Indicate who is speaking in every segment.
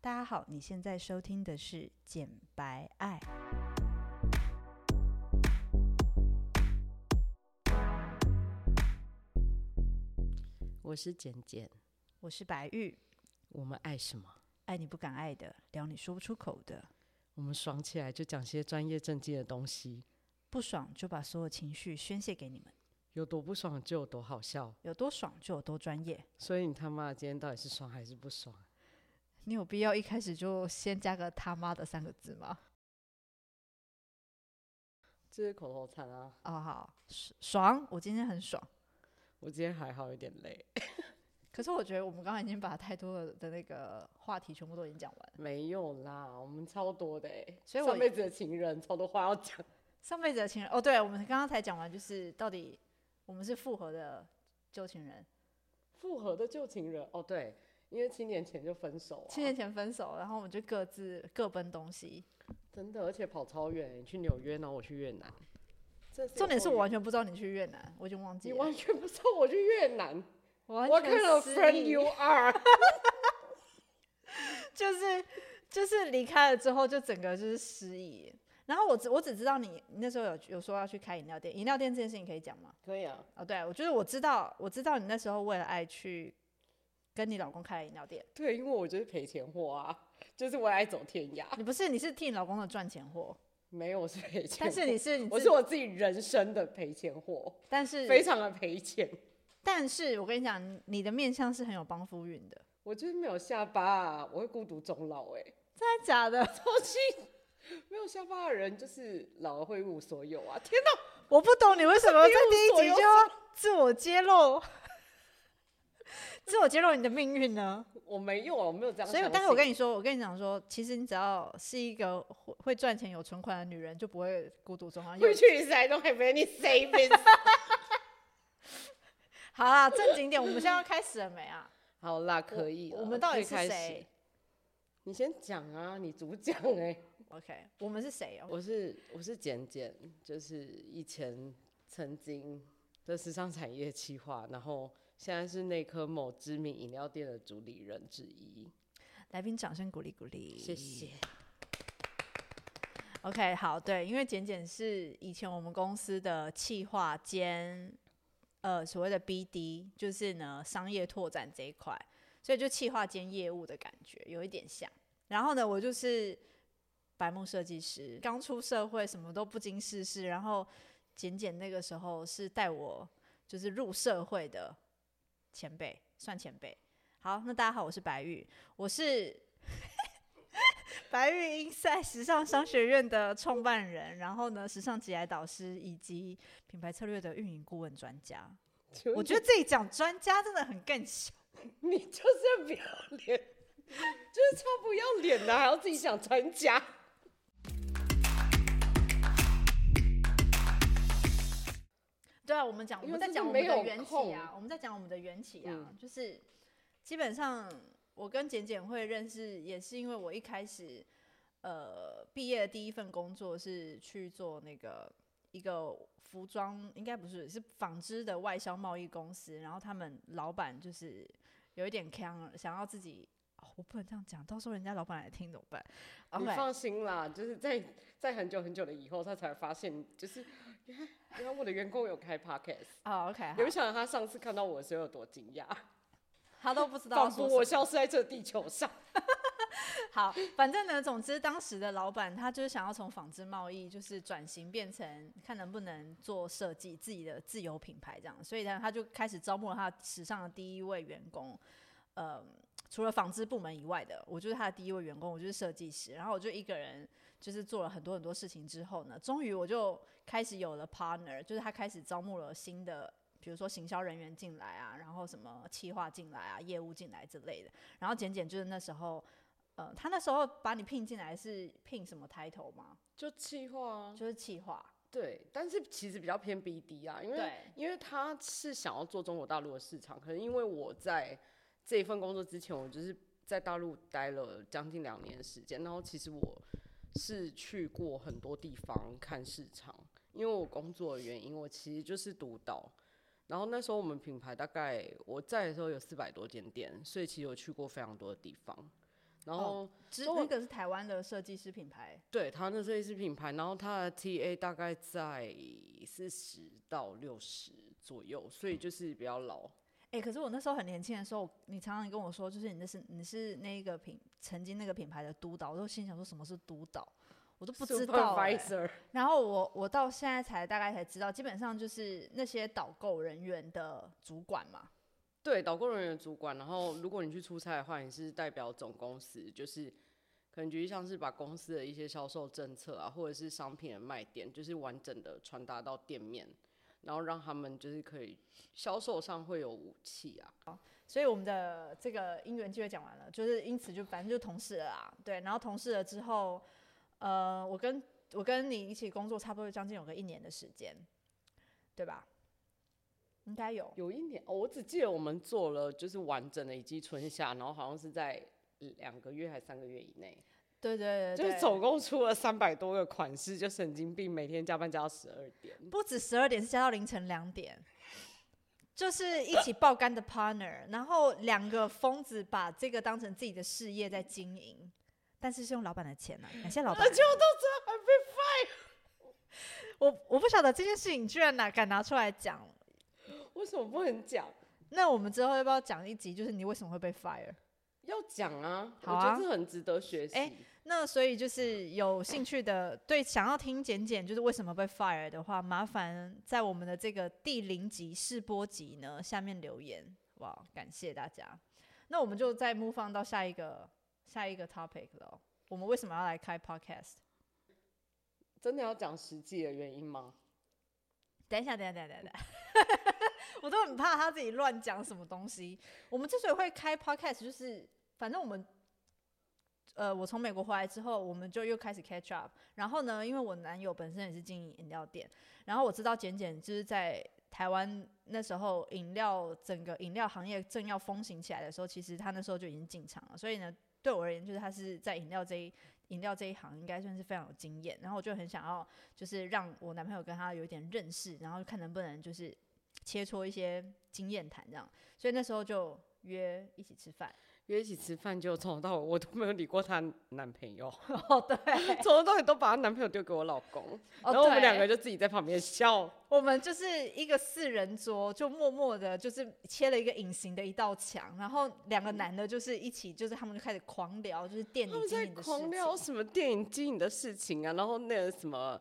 Speaker 1: 大家好，你现在收听的是《简白爱》。
Speaker 2: 我是简简，
Speaker 1: 我是白玉，
Speaker 2: 我们爱什么？
Speaker 1: 爱你不敢爱的，聊你说不出口的，
Speaker 2: 我们爽起来就讲些专业正经的东西，
Speaker 1: 不爽就把所有情绪宣泄给你们，
Speaker 2: 有多不爽就有多好笑。
Speaker 1: 有多爽就有多专业。
Speaker 2: 所以你他妈今天到底是爽还是不爽？
Speaker 1: 你有必要一开始就先加个他妈的三个字吗？
Speaker 2: 这是口头禅啊！
Speaker 1: 哦，好，爽，我今天很爽。
Speaker 2: 我今天还好，有点累。
Speaker 1: 可是我觉得我们刚刚已经把太多的那个话题全部都已经讲完了。
Speaker 2: 没有啦，我们超多的哎、
Speaker 1: 所以我
Speaker 2: 上辈子的情人超多话要讲。
Speaker 1: 上辈子的情人，哦，对，我们刚刚才讲完，就是到底我们是复合的旧情人，
Speaker 2: 复合的旧情人哦，对，因为七年前就分手啊，
Speaker 1: 七年前分手，然后我们就各自各奔东西。
Speaker 2: 真的，而且跑超远，欸你去纽约，然后我去越南。这有
Speaker 1: 重点是我
Speaker 2: 后
Speaker 1: 完全不知道你去越南，我已经忘
Speaker 2: 你
Speaker 1: 记了。
Speaker 2: 完全不知道我去越南。
Speaker 1: 我完
Speaker 2: What
Speaker 1: 全
Speaker 2: kind of
Speaker 1: 失
Speaker 2: friend
Speaker 1: 忆
Speaker 2: you are？
Speaker 1: 就是就是离开了之后，就整个就是失忆。然后我只我只知道你那时候有有说要去开饮料店，饮料店这件事情 可以讲吗？
Speaker 2: 可以啊，
Speaker 1: 哦，对，我就是我知道我知道你那时候为了爱去跟你老公开了饮料店，
Speaker 2: 对，因为我就是赔钱货啊，就是我爱走天涯。
Speaker 1: 你不是你是替你老公的赚钱货，
Speaker 2: 没有，我是赔钱
Speaker 1: 但
Speaker 2: 货，
Speaker 1: 是你是你
Speaker 2: 我
Speaker 1: 自
Speaker 2: 是我自己人生的赔钱货，
Speaker 1: 但是
Speaker 2: 非常的赔钱。
Speaker 1: 但是我跟你讲，你的面相是很有帮夫运的，
Speaker 2: 我就是没有下巴、啊，我会孤独终老哎、
Speaker 1: 真的假的？
Speaker 2: 超气！没有下巴的人就是老了会一无所有啊！天哪，
Speaker 1: 我不懂你为什 么在第一
Speaker 2: 所
Speaker 1: 集
Speaker 2: 有
Speaker 1: 就要自我揭露， 自我揭露你的命运呢？
Speaker 2: 我没有啊，我没有这样相
Speaker 1: 所
Speaker 2: 信。
Speaker 1: 以，但是我跟你说，我跟你讲说，其实你只要是一个会会赚钱、有存款的女人，就不会孤独终老。有
Speaker 2: 回去你才 don't have any savings。
Speaker 1: 好啦，正经点，我们现在要开始了没啊？
Speaker 2: 好啦，可以了
Speaker 1: 我们到底
Speaker 2: 可以
Speaker 1: 是
Speaker 2: 开
Speaker 1: 谁
Speaker 2: 始？你先讲啊，你主讲哎、
Speaker 1: ？OK，我们是谁哦？
Speaker 2: 我是我是简简，就是以前曾经的时尚产业企划，然后现在是内科某知名饮料店的主理人之一。嗯
Speaker 1: 来宾掌声鼓励鼓励，
Speaker 2: 谢谢。。
Speaker 1: OK，好，对，因为简简是以前我们公司的企划兼呃所谓的 BD，就是呢商业拓展这一块，所以就企划兼业务的感觉有一点像。然后呢，我就是白木设计师，刚出社会，什么都不经世事。然后简简那个时候是带我就是入社会的前辈，算前辈。好，那大家好，我是白玉，我是白玉英赛时尚商学院的创办人，然后呢，时尚职业导师以及品牌策略的运营顾问专家。
Speaker 2: 请问
Speaker 1: 我觉得自己讲专家真的很更小，
Speaker 2: 你就是不要脸，就是超不要脸的、还要自己想传家。
Speaker 1: 对啊，我们讲我
Speaker 2: 因为
Speaker 1: 们在
Speaker 2: 这
Speaker 1: 讲
Speaker 2: 是
Speaker 1: 我们
Speaker 2: 没
Speaker 1: 的
Speaker 2: 有
Speaker 1: 缘起
Speaker 2: 空
Speaker 1: 啊，我们在讲我们的缘起啊，
Speaker 2: 嗯
Speaker 1: 就是基本上我跟简简会认识，也是因为我一开始呃毕业的第一份工作是去做那个一个服装，应该不是是纺织的外销贸易公司，然后他们老板就是有一点强，想要自己。哦我不能这样讲，到时候人家老板来听怎么办
Speaker 2: 你
Speaker 1: ？OK，
Speaker 2: 放心啦，就是在在很久很久的以后，他才发现，就是原来原来我的员工有开 podcast。
Speaker 1: 哦，OK，
Speaker 2: 你们想想他上次看到我的时候有多惊讶，
Speaker 1: 他都不知道
Speaker 2: 仿
Speaker 1: 说
Speaker 2: 佛
Speaker 1: 什么
Speaker 2: 我。消失在这地球上。
Speaker 1: 好，反正呢，总之当时的老板他就是想要从纺织贸易就是转型变成看能不能做设计自己的自有品牌这样，所以呢他就开始招募了他史上的第一位员工，呃，除了纺织部门以外的，我就是他的第一位员工，我就是设计师，然后我就一个人就是做了很多很多事情之后呢，终于我就开始有了 partner，就是他开始招募了新的。比如说行销人员进来啊，然后什么企划进来啊，业务进来之类的。然后简简就是那时候呃，他那时候把你聘进来是聘什么 title 吗？
Speaker 2: 就气话啊，
Speaker 1: 就是企划。
Speaker 2: 对，但是其实比较偏 BD 啊，因为
Speaker 1: 对，
Speaker 2: 因为他是想要做中国大陆的市场，可能因为我在这一份工作之前，我就是在大陆待了将近两年的时间，然后其实我是去过很多地方看市场，因为我工作的原因，我其实就是督导。然后那时候我们品牌大概我在的时候有四百多间店，所以其实我去过非常多的地方。然
Speaker 1: 哦
Speaker 2: 后
Speaker 1: 只
Speaker 2: 中文
Speaker 1: 那个是台湾的设计师品牌，
Speaker 2: 对，它那设计师品牌，然后它的 TA 大概在四十到六十左右，所以就是比较老。
Speaker 1: 哎、可是我那时候很年轻的时候，你常常跟我说，就是你那是你是那个品曾经那个品牌的督导，我都心想说什么是督导，我都不知道、欸。
Speaker 2: Supervisor
Speaker 1: 然后我我到现在才大概才知道，基本上就是那些导购人员的主管嘛。
Speaker 2: 对，导购人员主管。然后，如果你去出差的话，你是代表总公司，就是可能举例像是把公司的一些销售政策啊，或者是商品的卖点，就是完整的传达到店面，然后让他们就是可以销售上会有武器啊。
Speaker 1: 所以我们的这个因缘机会讲完了，就是因此就反正就同事了啦，对，然后同事了之后，呃，我跟我跟你一起工作差不多将近有个一年的时间，对吧？应该有，
Speaker 2: 有一年哦，我只记得我们做了就是完整的一季春夏，然后好像是在两个月还三个月以内，
Speaker 1: 对对对
Speaker 2: 就
Speaker 1: 对
Speaker 2: 是总共出了三百多个款式，就神经病，每天加班加到十二点。
Speaker 1: 不止十二点，是加到凌晨两点，就是一起爆肝的 partner，然 后两个疯子把这个当成自己的事业在经营，但是是用老板的钱呢、感谢老板。
Speaker 2: 就到这还被
Speaker 1: 我我不晓得这件事情居然拿敢拿出来讲，
Speaker 2: 为什么不能讲？
Speaker 1: 那我们之后要不要讲一集，就是你为什么会被 fire？
Speaker 2: 要讲啊，
Speaker 1: 好
Speaker 2: 我觉
Speaker 1: 啊
Speaker 2: 得这很值得学习。
Speaker 1: 哎那所以就是有兴趣的，对想要听简简就是为什么被 fire 的话，麻烦在我们的这个第零集试播集呢下面留言，哇，感谢大家。那我们就再 move on 到下一个下一个 topic 了哦。我们为什么要来开 podcast？
Speaker 2: 真的要讲实际的原因吗？
Speaker 1: 等一下，等一下，等一下，等一下， 我都很怕他自己乱讲什么东西。我们之所以会开 podcast，就是反正我们，呃，我从美国回来之后，我们就又开始 catch up。然后呢，因为我男友本身也是经营饮料店，然后我知道简简就是在台湾那时候饮料整个饮料行业正要风行起来的时候，其实他那时候就已经进场了。所以呢，对我而言，就是他是在饮料这一饮料这一行应该算是非常有经验。然后我就很想要。就是让我男朋友跟他有一点认识，然后看能不能就是切磋一些经验谈这样。所以那时候就约一起吃饭。
Speaker 2: 约一起吃饭就从头到尾我都没有理过她男朋友，
Speaker 1: 哦，对，
Speaker 2: 从头到尾都把她男朋友丢给我老公，
Speaker 1: 哦
Speaker 2: 然后我们两个
Speaker 1: 对
Speaker 2: 就自己在旁边笑。
Speaker 1: 我们就是一个四人桌，就默默的，就是切了一个隐形的一道墙，然后两个男的，就是一起，就是他们就开始狂聊，就是店
Speaker 2: 他
Speaker 1: 里
Speaker 2: 们
Speaker 1: 经
Speaker 2: 在
Speaker 1: 营的事
Speaker 2: 狂聊
Speaker 1: 情。
Speaker 2: 什么电影经营的事情啊，然后那个什么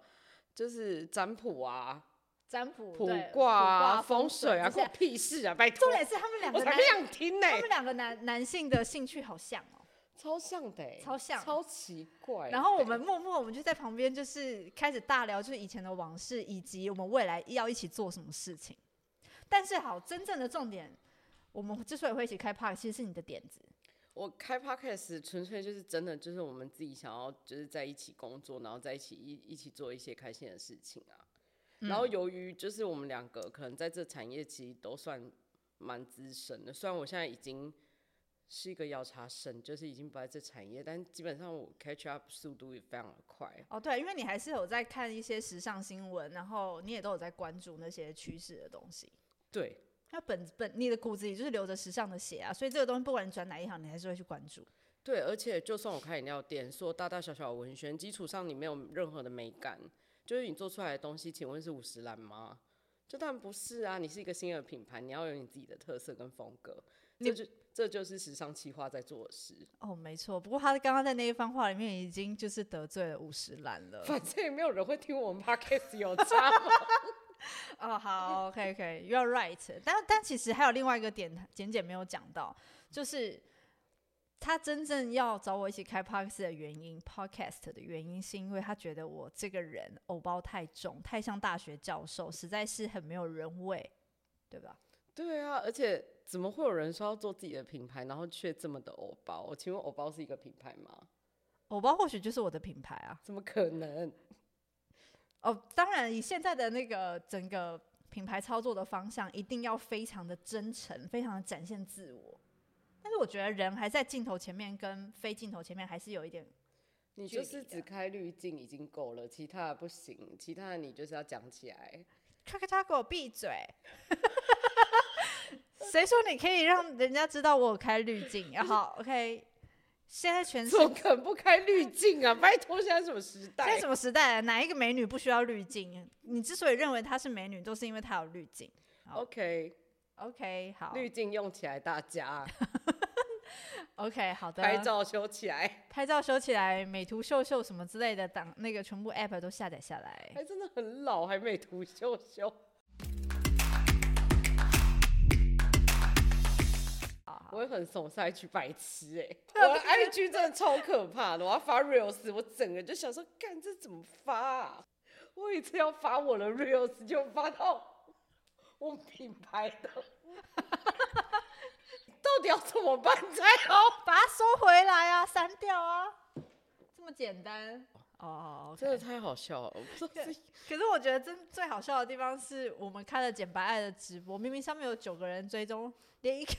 Speaker 2: 就是占卜啊、
Speaker 1: 占卜、
Speaker 2: 卜
Speaker 1: 对
Speaker 2: 卦啊、
Speaker 1: 风
Speaker 2: 风水啊，
Speaker 1: 这
Speaker 2: 关
Speaker 1: 些
Speaker 2: 我屁事啊！拜托
Speaker 1: 重，点是他们两
Speaker 2: 我
Speaker 1: 个
Speaker 2: 才
Speaker 1: 男
Speaker 2: 不，想听呢、
Speaker 1: 他们两个男男性的兴趣好像哦。
Speaker 2: 超像的、欸，
Speaker 1: 超像
Speaker 2: 超奇怪欸的。
Speaker 1: 然后我们默默，我们就在旁边，就是开始大聊，就是以前的往事，以及我们未来要一起做什么事情。但是好，真正的重点，我们之所以会一起开 park，其实是你的点子。
Speaker 2: 我开 podcast 纯粹就是真的，就是我们自己想要，就是在一起工作，然后在一起一一起做一些开心的事情啊。然
Speaker 1: 嗯
Speaker 2: 后由于就是我们两个可能在这产业其实都算蛮资深的，虽然我现在已经是一个摇茶生，就是已经不在这产业，但基本上我 catch up 速度也非常的快。
Speaker 1: 哦，对，因为你还是有在看一些时尚新闻，然后你也都有在关注那些趋势的东西。
Speaker 2: 对，
Speaker 1: 那本本你的骨子里就是流着时尚的血啊，所以这个东西不管你转哪一行，你还是会去关注。
Speaker 2: 对，而且就算我开饮料店，说大大小小的文宣，基础上你没有任何的美感，就是你做出来的东西，请问是五十岚吗？这当然不是啊，你是一个新的品牌，你要有你自己的特色跟风格，这就这就是时尚企划在做的事，
Speaker 1: 哦，没错。不过他刚刚在那一番话里面已经就是得罪了五十岚了。
Speaker 2: 反正也没有人会听我们 podcast 有差吗？
Speaker 1: 哦，好，OK OK，You're right 但。但其实还有另外一个点，简简没有讲到，就是他真正要找我一起开 podcast 的原因，podcast 的原因是因为他觉得我这个人偶包太重，太像大学教授，实在是很没有人味，对吧？
Speaker 2: 对啊，而且怎么会有人说要做自己的品牌，然后却这么的欧包？我请问欧包是一个品牌吗？
Speaker 1: 偶包或许就是我的品牌啊。
Speaker 2: 怎么可能？
Speaker 1: 哦，当然，以现在的那个整个品牌操作的方向，一定要非常的真诚，非常的展现自我。但是我觉得人还在镜头前面跟非镜头前面还是有一点
Speaker 2: 你
Speaker 1: 距
Speaker 2: 就
Speaker 1: 离
Speaker 2: 是只
Speaker 1: 的
Speaker 2: 开滤镜已经够了，其他的不行，其他的你就是要讲起 来。
Speaker 1: 咔咔嚓，给我闭嘴！谁说你可以让人家知道我有开滤镜？啊好，OK，现在全世
Speaker 2: 怎么可能不开滤镜啊？拜托，现在什么时
Speaker 1: 现在
Speaker 2: 代
Speaker 1: 什？么时代、啊，哪一个美女不需要滤镜？你之所以认为她是美女，都是因为她有滤镜。好
Speaker 2: OK，
Speaker 1: OK，好
Speaker 2: 滤镜用起来，大家
Speaker 1: ，OK，好的。
Speaker 2: 拍照修起来，
Speaker 1: 拍照修起来，美图秀秀什么之类的档，那个 全部 App 都下载下来。
Speaker 2: 还真的很老，还美图秀秀。我会很怂塞去白痴哎、我的 IG 真的超可怕的，我要发 reels，我整个就想说，干这怎么发、啊？我一次要发我的 reels，就发到我品牌 的，到底要怎么办才好？
Speaker 1: 把它收回来啊，删掉啊，这么简单。哦、o
Speaker 2: 真的太好笑了，我不知道是
Speaker 1: 可是我觉得真最好笑的地方是我们开了简白爱的直播，明明上面有九个人追踪，连一个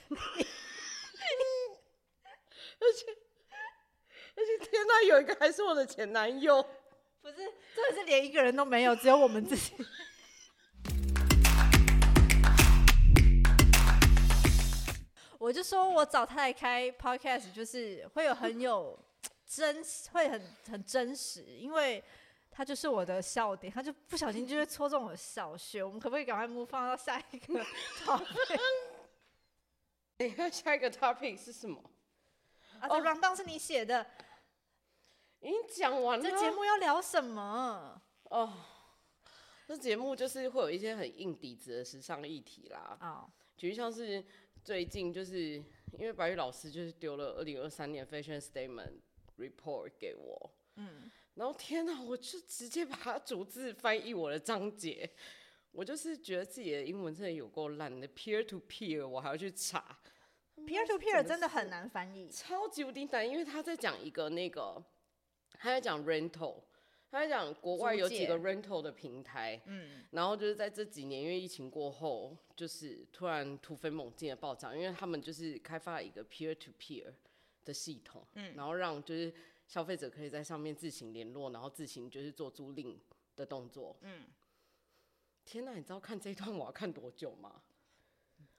Speaker 2: 而且天呐，有一个还是我的前男友，
Speaker 1: 不是，真的是连一个人都没有，只有我们自己。 我就说我找他来开 podcast，就是会有很有真实，会很很真实，因为他就是我的笑点，他就不小心就会戳中我的笑穴。我们可不可以赶快 move 放到下一 个 topic？
Speaker 2: 等一下哎下一个 topic 是什么？
Speaker 1: 啊，这 round down 是你写的，
Speaker 2: 已经讲完了。啊
Speaker 1: 这节目要聊什么？
Speaker 2: 哦，这节目就是会有一些很硬底子的时尚议题啦，
Speaker 1: 哦，
Speaker 2: 比如像是最近就是因为白玉老师就是丢了二零二三年 Fashion Statement Report 给我，
Speaker 1: 嗯，
Speaker 2: 然后天呐，我就直接把它逐字翻译我的章节。我就是觉得自己的英文真的有够烂的，peer to peer 我还要去查，
Speaker 1: peer to
Speaker 2: 什
Speaker 1: peer
Speaker 2: 么
Speaker 1: 嗯真的很
Speaker 2: 事
Speaker 1: 难翻译。
Speaker 2: 超级无敌难，因为他在讲一个那个，他在讲 rental，他在讲国外
Speaker 1: 租
Speaker 2: 有几
Speaker 1: 借
Speaker 2: 个 rental 的平台，
Speaker 1: 嗯，
Speaker 2: 然后就是在这几年，因为疫情过后，就是突然突飞猛进的暴涨，因为他们就是开发了一个 peer to peer 的系统，嗯，然后让就是消费者可以在上面自行联络，然后自行就是做租赁的动作，嗯。天呐，你知道看这一段我要看多久吗？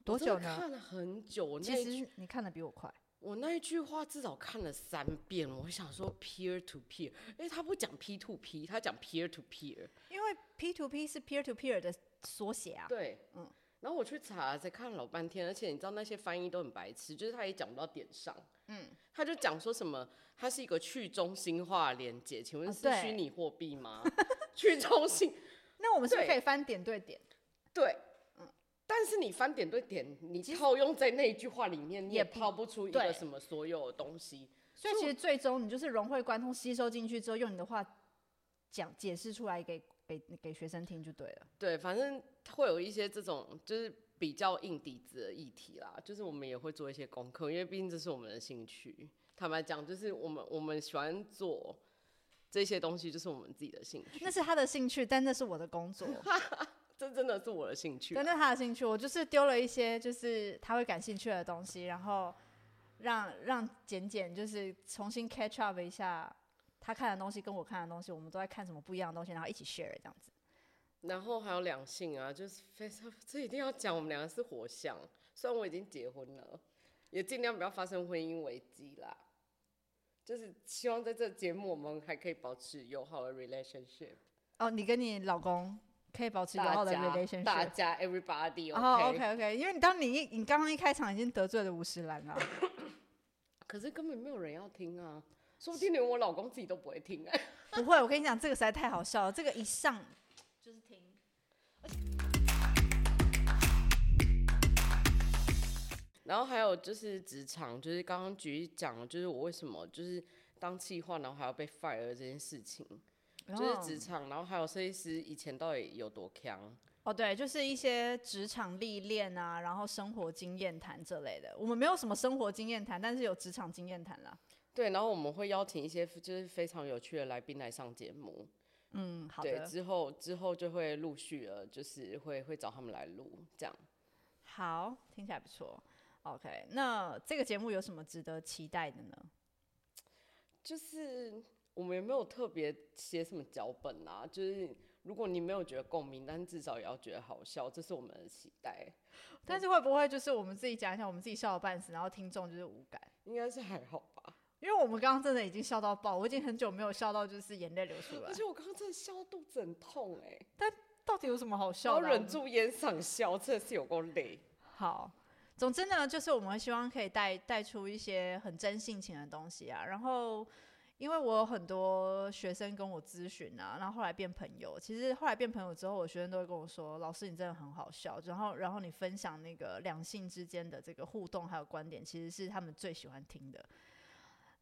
Speaker 1: 多
Speaker 2: 我真的
Speaker 1: 久呢？
Speaker 2: 看了很久，我那一
Speaker 1: 其实你看的比我快。
Speaker 2: 我那一句话至少看了三遍，我想说 peer to peer，因为他不讲 P to P，他讲 peer to peer。
Speaker 1: 因为 P to P 是 peer to peer 的缩写啊。
Speaker 2: 对，
Speaker 1: 嗯
Speaker 2: 然后我去查，才看了老半天，而且你知道那些翻译都很白痴，就是他也讲不到点上。
Speaker 1: 嗯，
Speaker 2: 他就讲说什么，它是一个去中心化连接，请问
Speaker 1: 啊
Speaker 2: 是
Speaker 1: 对
Speaker 2: 虚拟货币吗？ 去中心，
Speaker 1: 那我们是不是
Speaker 2: 对
Speaker 1: 可以翻点对点？
Speaker 2: 对。
Speaker 1: 嗯
Speaker 2: 但是你翻点对点，你套用在那一句话里面，你
Speaker 1: 也
Speaker 2: 也
Speaker 1: 不
Speaker 2: 套不出一个
Speaker 1: 对
Speaker 2: 什么所有的东西。
Speaker 1: 所以
Speaker 2: 所以
Speaker 1: 其实最终你就是融会贯通，吸收进去之后，用你的话讲解释出来给给给学生听就对了。
Speaker 2: 对，反正会有一些这种就是比较硬底子的议题啦，就是我们也会做一些功课，因为毕竟这是我们的兴趣。坦白讲，就是我们我们喜欢做这些东西，就是我们自己的兴趣
Speaker 1: 那。是他的兴趣，但那 是啊我的工作，
Speaker 2: 这真的是我的兴趣
Speaker 1: 对，
Speaker 2: 啊。
Speaker 1: 那是他的兴趣。我就是丢了一些就是他会感兴趣的东西，然后让让简简就是重新 catch up 一下他看的东西跟我看的东西，我们都在看什么不一样的东西，然后一起 share 这样子。
Speaker 2: 然后还有两性啊，就是非常这一定要讲，我们两个是火象。虽然我已经结婚了，也尽量不要发生婚姻危机啦。就是希望在这节目，我们还可以保持友好的 relationship。
Speaker 1: 哦，你跟你老公可以保持友
Speaker 2: 大
Speaker 1: 好
Speaker 2: 家
Speaker 1: 的 relationship，
Speaker 2: 大家 everybody，OK、
Speaker 1: 哦、o k OK，因为你当你一你刚刚一开场已经得罪了吴石兰 了，
Speaker 2: 可是根本没有人要听啊，说不定连我老公自己都不会听、哎。
Speaker 1: 不会，我跟你讲，这个实在太好笑了，这个一上就是听。
Speaker 2: 然后还有就是职场，就是刚刚局讲了，就是我为什么就是当气话，然后还要被 fire 这件事情，
Speaker 1: 哦
Speaker 2: 就是职场，然后还有设计师以前到底有多强？
Speaker 1: 哦，对，就是一些职场历练啊，然后生活经验谈这类的。我们没有什么生活经验谈，但是有职场经验谈啦。
Speaker 2: 对，然后我们会邀请一些就是非常有趣的来宾来上节目，
Speaker 1: 嗯，好
Speaker 2: 对，
Speaker 1: 的，
Speaker 2: 之后之后就会陆续了，就是会会找他们来录这样。
Speaker 1: 好，听起来不错。OK，那这个节目有什么值得期待的呢？
Speaker 2: 就是我们也没有特别写什么脚本啊，就是如果你没有觉得共鸣，但至少也要觉得好笑，这是我们的期待。
Speaker 1: 但是会不会就是我们自己讲一下，我们自己笑得半死，然后听众就是无感？
Speaker 2: 应该是还好吧？
Speaker 1: 因为我们刚刚真的已经笑到爆，我已经很久没有笑到就是眼泪流出来
Speaker 2: 而。且我刚刚真的笑到肚子很痛哎、
Speaker 1: 到底有什么好
Speaker 2: 然
Speaker 1: 笑
Speaker 2: 后
Speaker 1: 的啊、
Speaker 2: 忍住烟嗓笑，真的是有够累。
Speaker 1: 好，总之呢，就是我们会希望可以带带出一些很真性情的东西啊。然后，因为我有很多学生跟我咨询啊，然后后来变朋友。其实后来变朋友之后，我学生都会跟我说：“老师，你真的很好笑。”然后，然后你分享那个两性之间的这个互动还有观点，其实是他们最喜欢听的。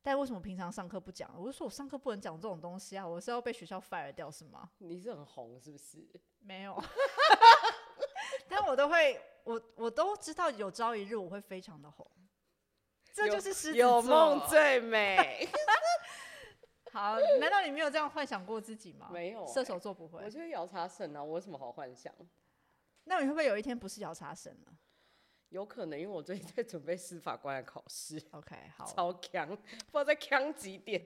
Speaker 1: 但为什么平常上课不讲？我就说我上课不能讲这种东西啊！我是要被学校 fire 掉是吗？
Speaker 2: 你是很红是不是？
Speaker 1: 没有，但我都会，我我都知道有朝一日我会非常的红，这
Speaker 2: 有
Speaker 1: 就是狮子
Speaker 2: 有梦
Speaker 1: 座
Speaker 2: 最 美。
Speaker 1: 好，难道你没有这样幻想过自己吗？
Speaker 2: 没有
Speaker 1: 射
Speaker 2: 欸
Speaker 1: 手座不
Speaker 2: 我
Speaker 1: 会。
Speaker 2: 觉得摇茶神啊，我有什么好幻想？
Speaker 1: 那你会不会有一天不是摇茶神了
Speaker 2: 有可能因为我最近在准备司法官的考试，
Speaker 1: ？OK，好，
Speaker 2: 超强， 不知道在强几点。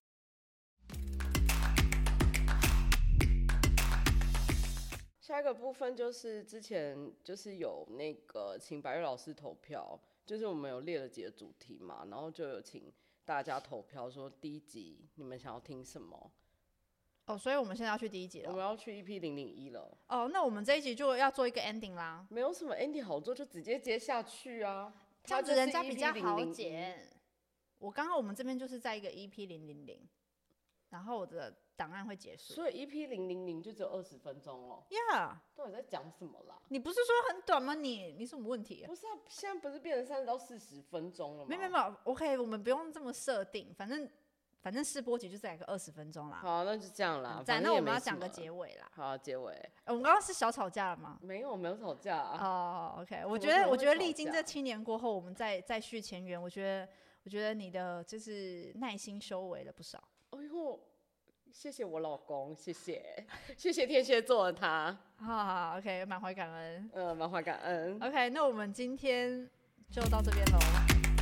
Speaker 2: 下一个部分就是之前就是有那个请白月老师投票，就是我们有列了几个主题嘛，然后就有请大家投票说第一集你们想要听什么，
Speaker 1: 哦，所以我们现在要去第一集
Speaker 2: 我
Speaker 1: 了
Speaker 2: 们。要去 EP 零零一了，
Speaker 1: 哦，那我们这一集就要做一个 ending 啦，
Speaker 2: 没有什么 ending 好做，就直接接下去啊，
Speaker 1: 这样
Speaker 2: 它
Speaker 1: 子
Speaker 2: 就是
Speaker 1: 人家比较
Speaker 2: EP
Speaker 1: 好
Speaker 2: 001。
Speaker 1: 剪。我刚刚我们这边就是在一个 EP 零零零，然后我的档案会结束。
Speaker 2: 所以 EP 零零零就只有二十分钟哦，
Speaker 1: Yeah，
Speaker 2: 到底在讲什么啦？
Speaker 1: 你不是说很短吗？你你什么问题啊？
Speaker 2: 不是啊，现在不是变成三十到四十分钟了吗？
Speaker 1: 没没没有，OK，我们不用这么设定，反正反正试播集就再来个二十分钟啦。
Speaker 2: 好，那就这样啦
Speaker 1: 很。赞，
Speaker 2: 反
Speaker 1: 嗯那
Speaker 2: 正也
Speaker 1: 我们
Speaker 2: 没
Speaker 1: 要
Speaker 2: 什
Speaker 1: 讲个
Speaker 2: 么
Speaker 1: 结尾啦。
Speaker 2: 好啊、结尾
Speaker 1: 呃我们刚刚是小吵架了吗？
Speaker 2: 没有没有吵架、啊，
Speaker 1: 哦、o k 我
Speaker 2: 怎
Speaker 1: 觉
Speaker 2: 么可
Speaker 1: 得
Speaker 2: 能
Speaker 1: 我
Speaker 2: 会
Speaker 1: 觉得
Speaker 2: 吵
Speaker 1: 历经这
Speaker 2: 架
Speaker 1: 七年过后，我们再再续前缘，我觉得我觉得你的就是耐心收尾了不少。
Speaker 2: 哎呦，谢谢我老公，谢谢谢谢天蝎座的他，
Speaker 1: 好好好，OK，满怀感恩。
Speaker 2: 呃，满怀感恩。
Speaker 1: OK，那我们今天就到这边喽。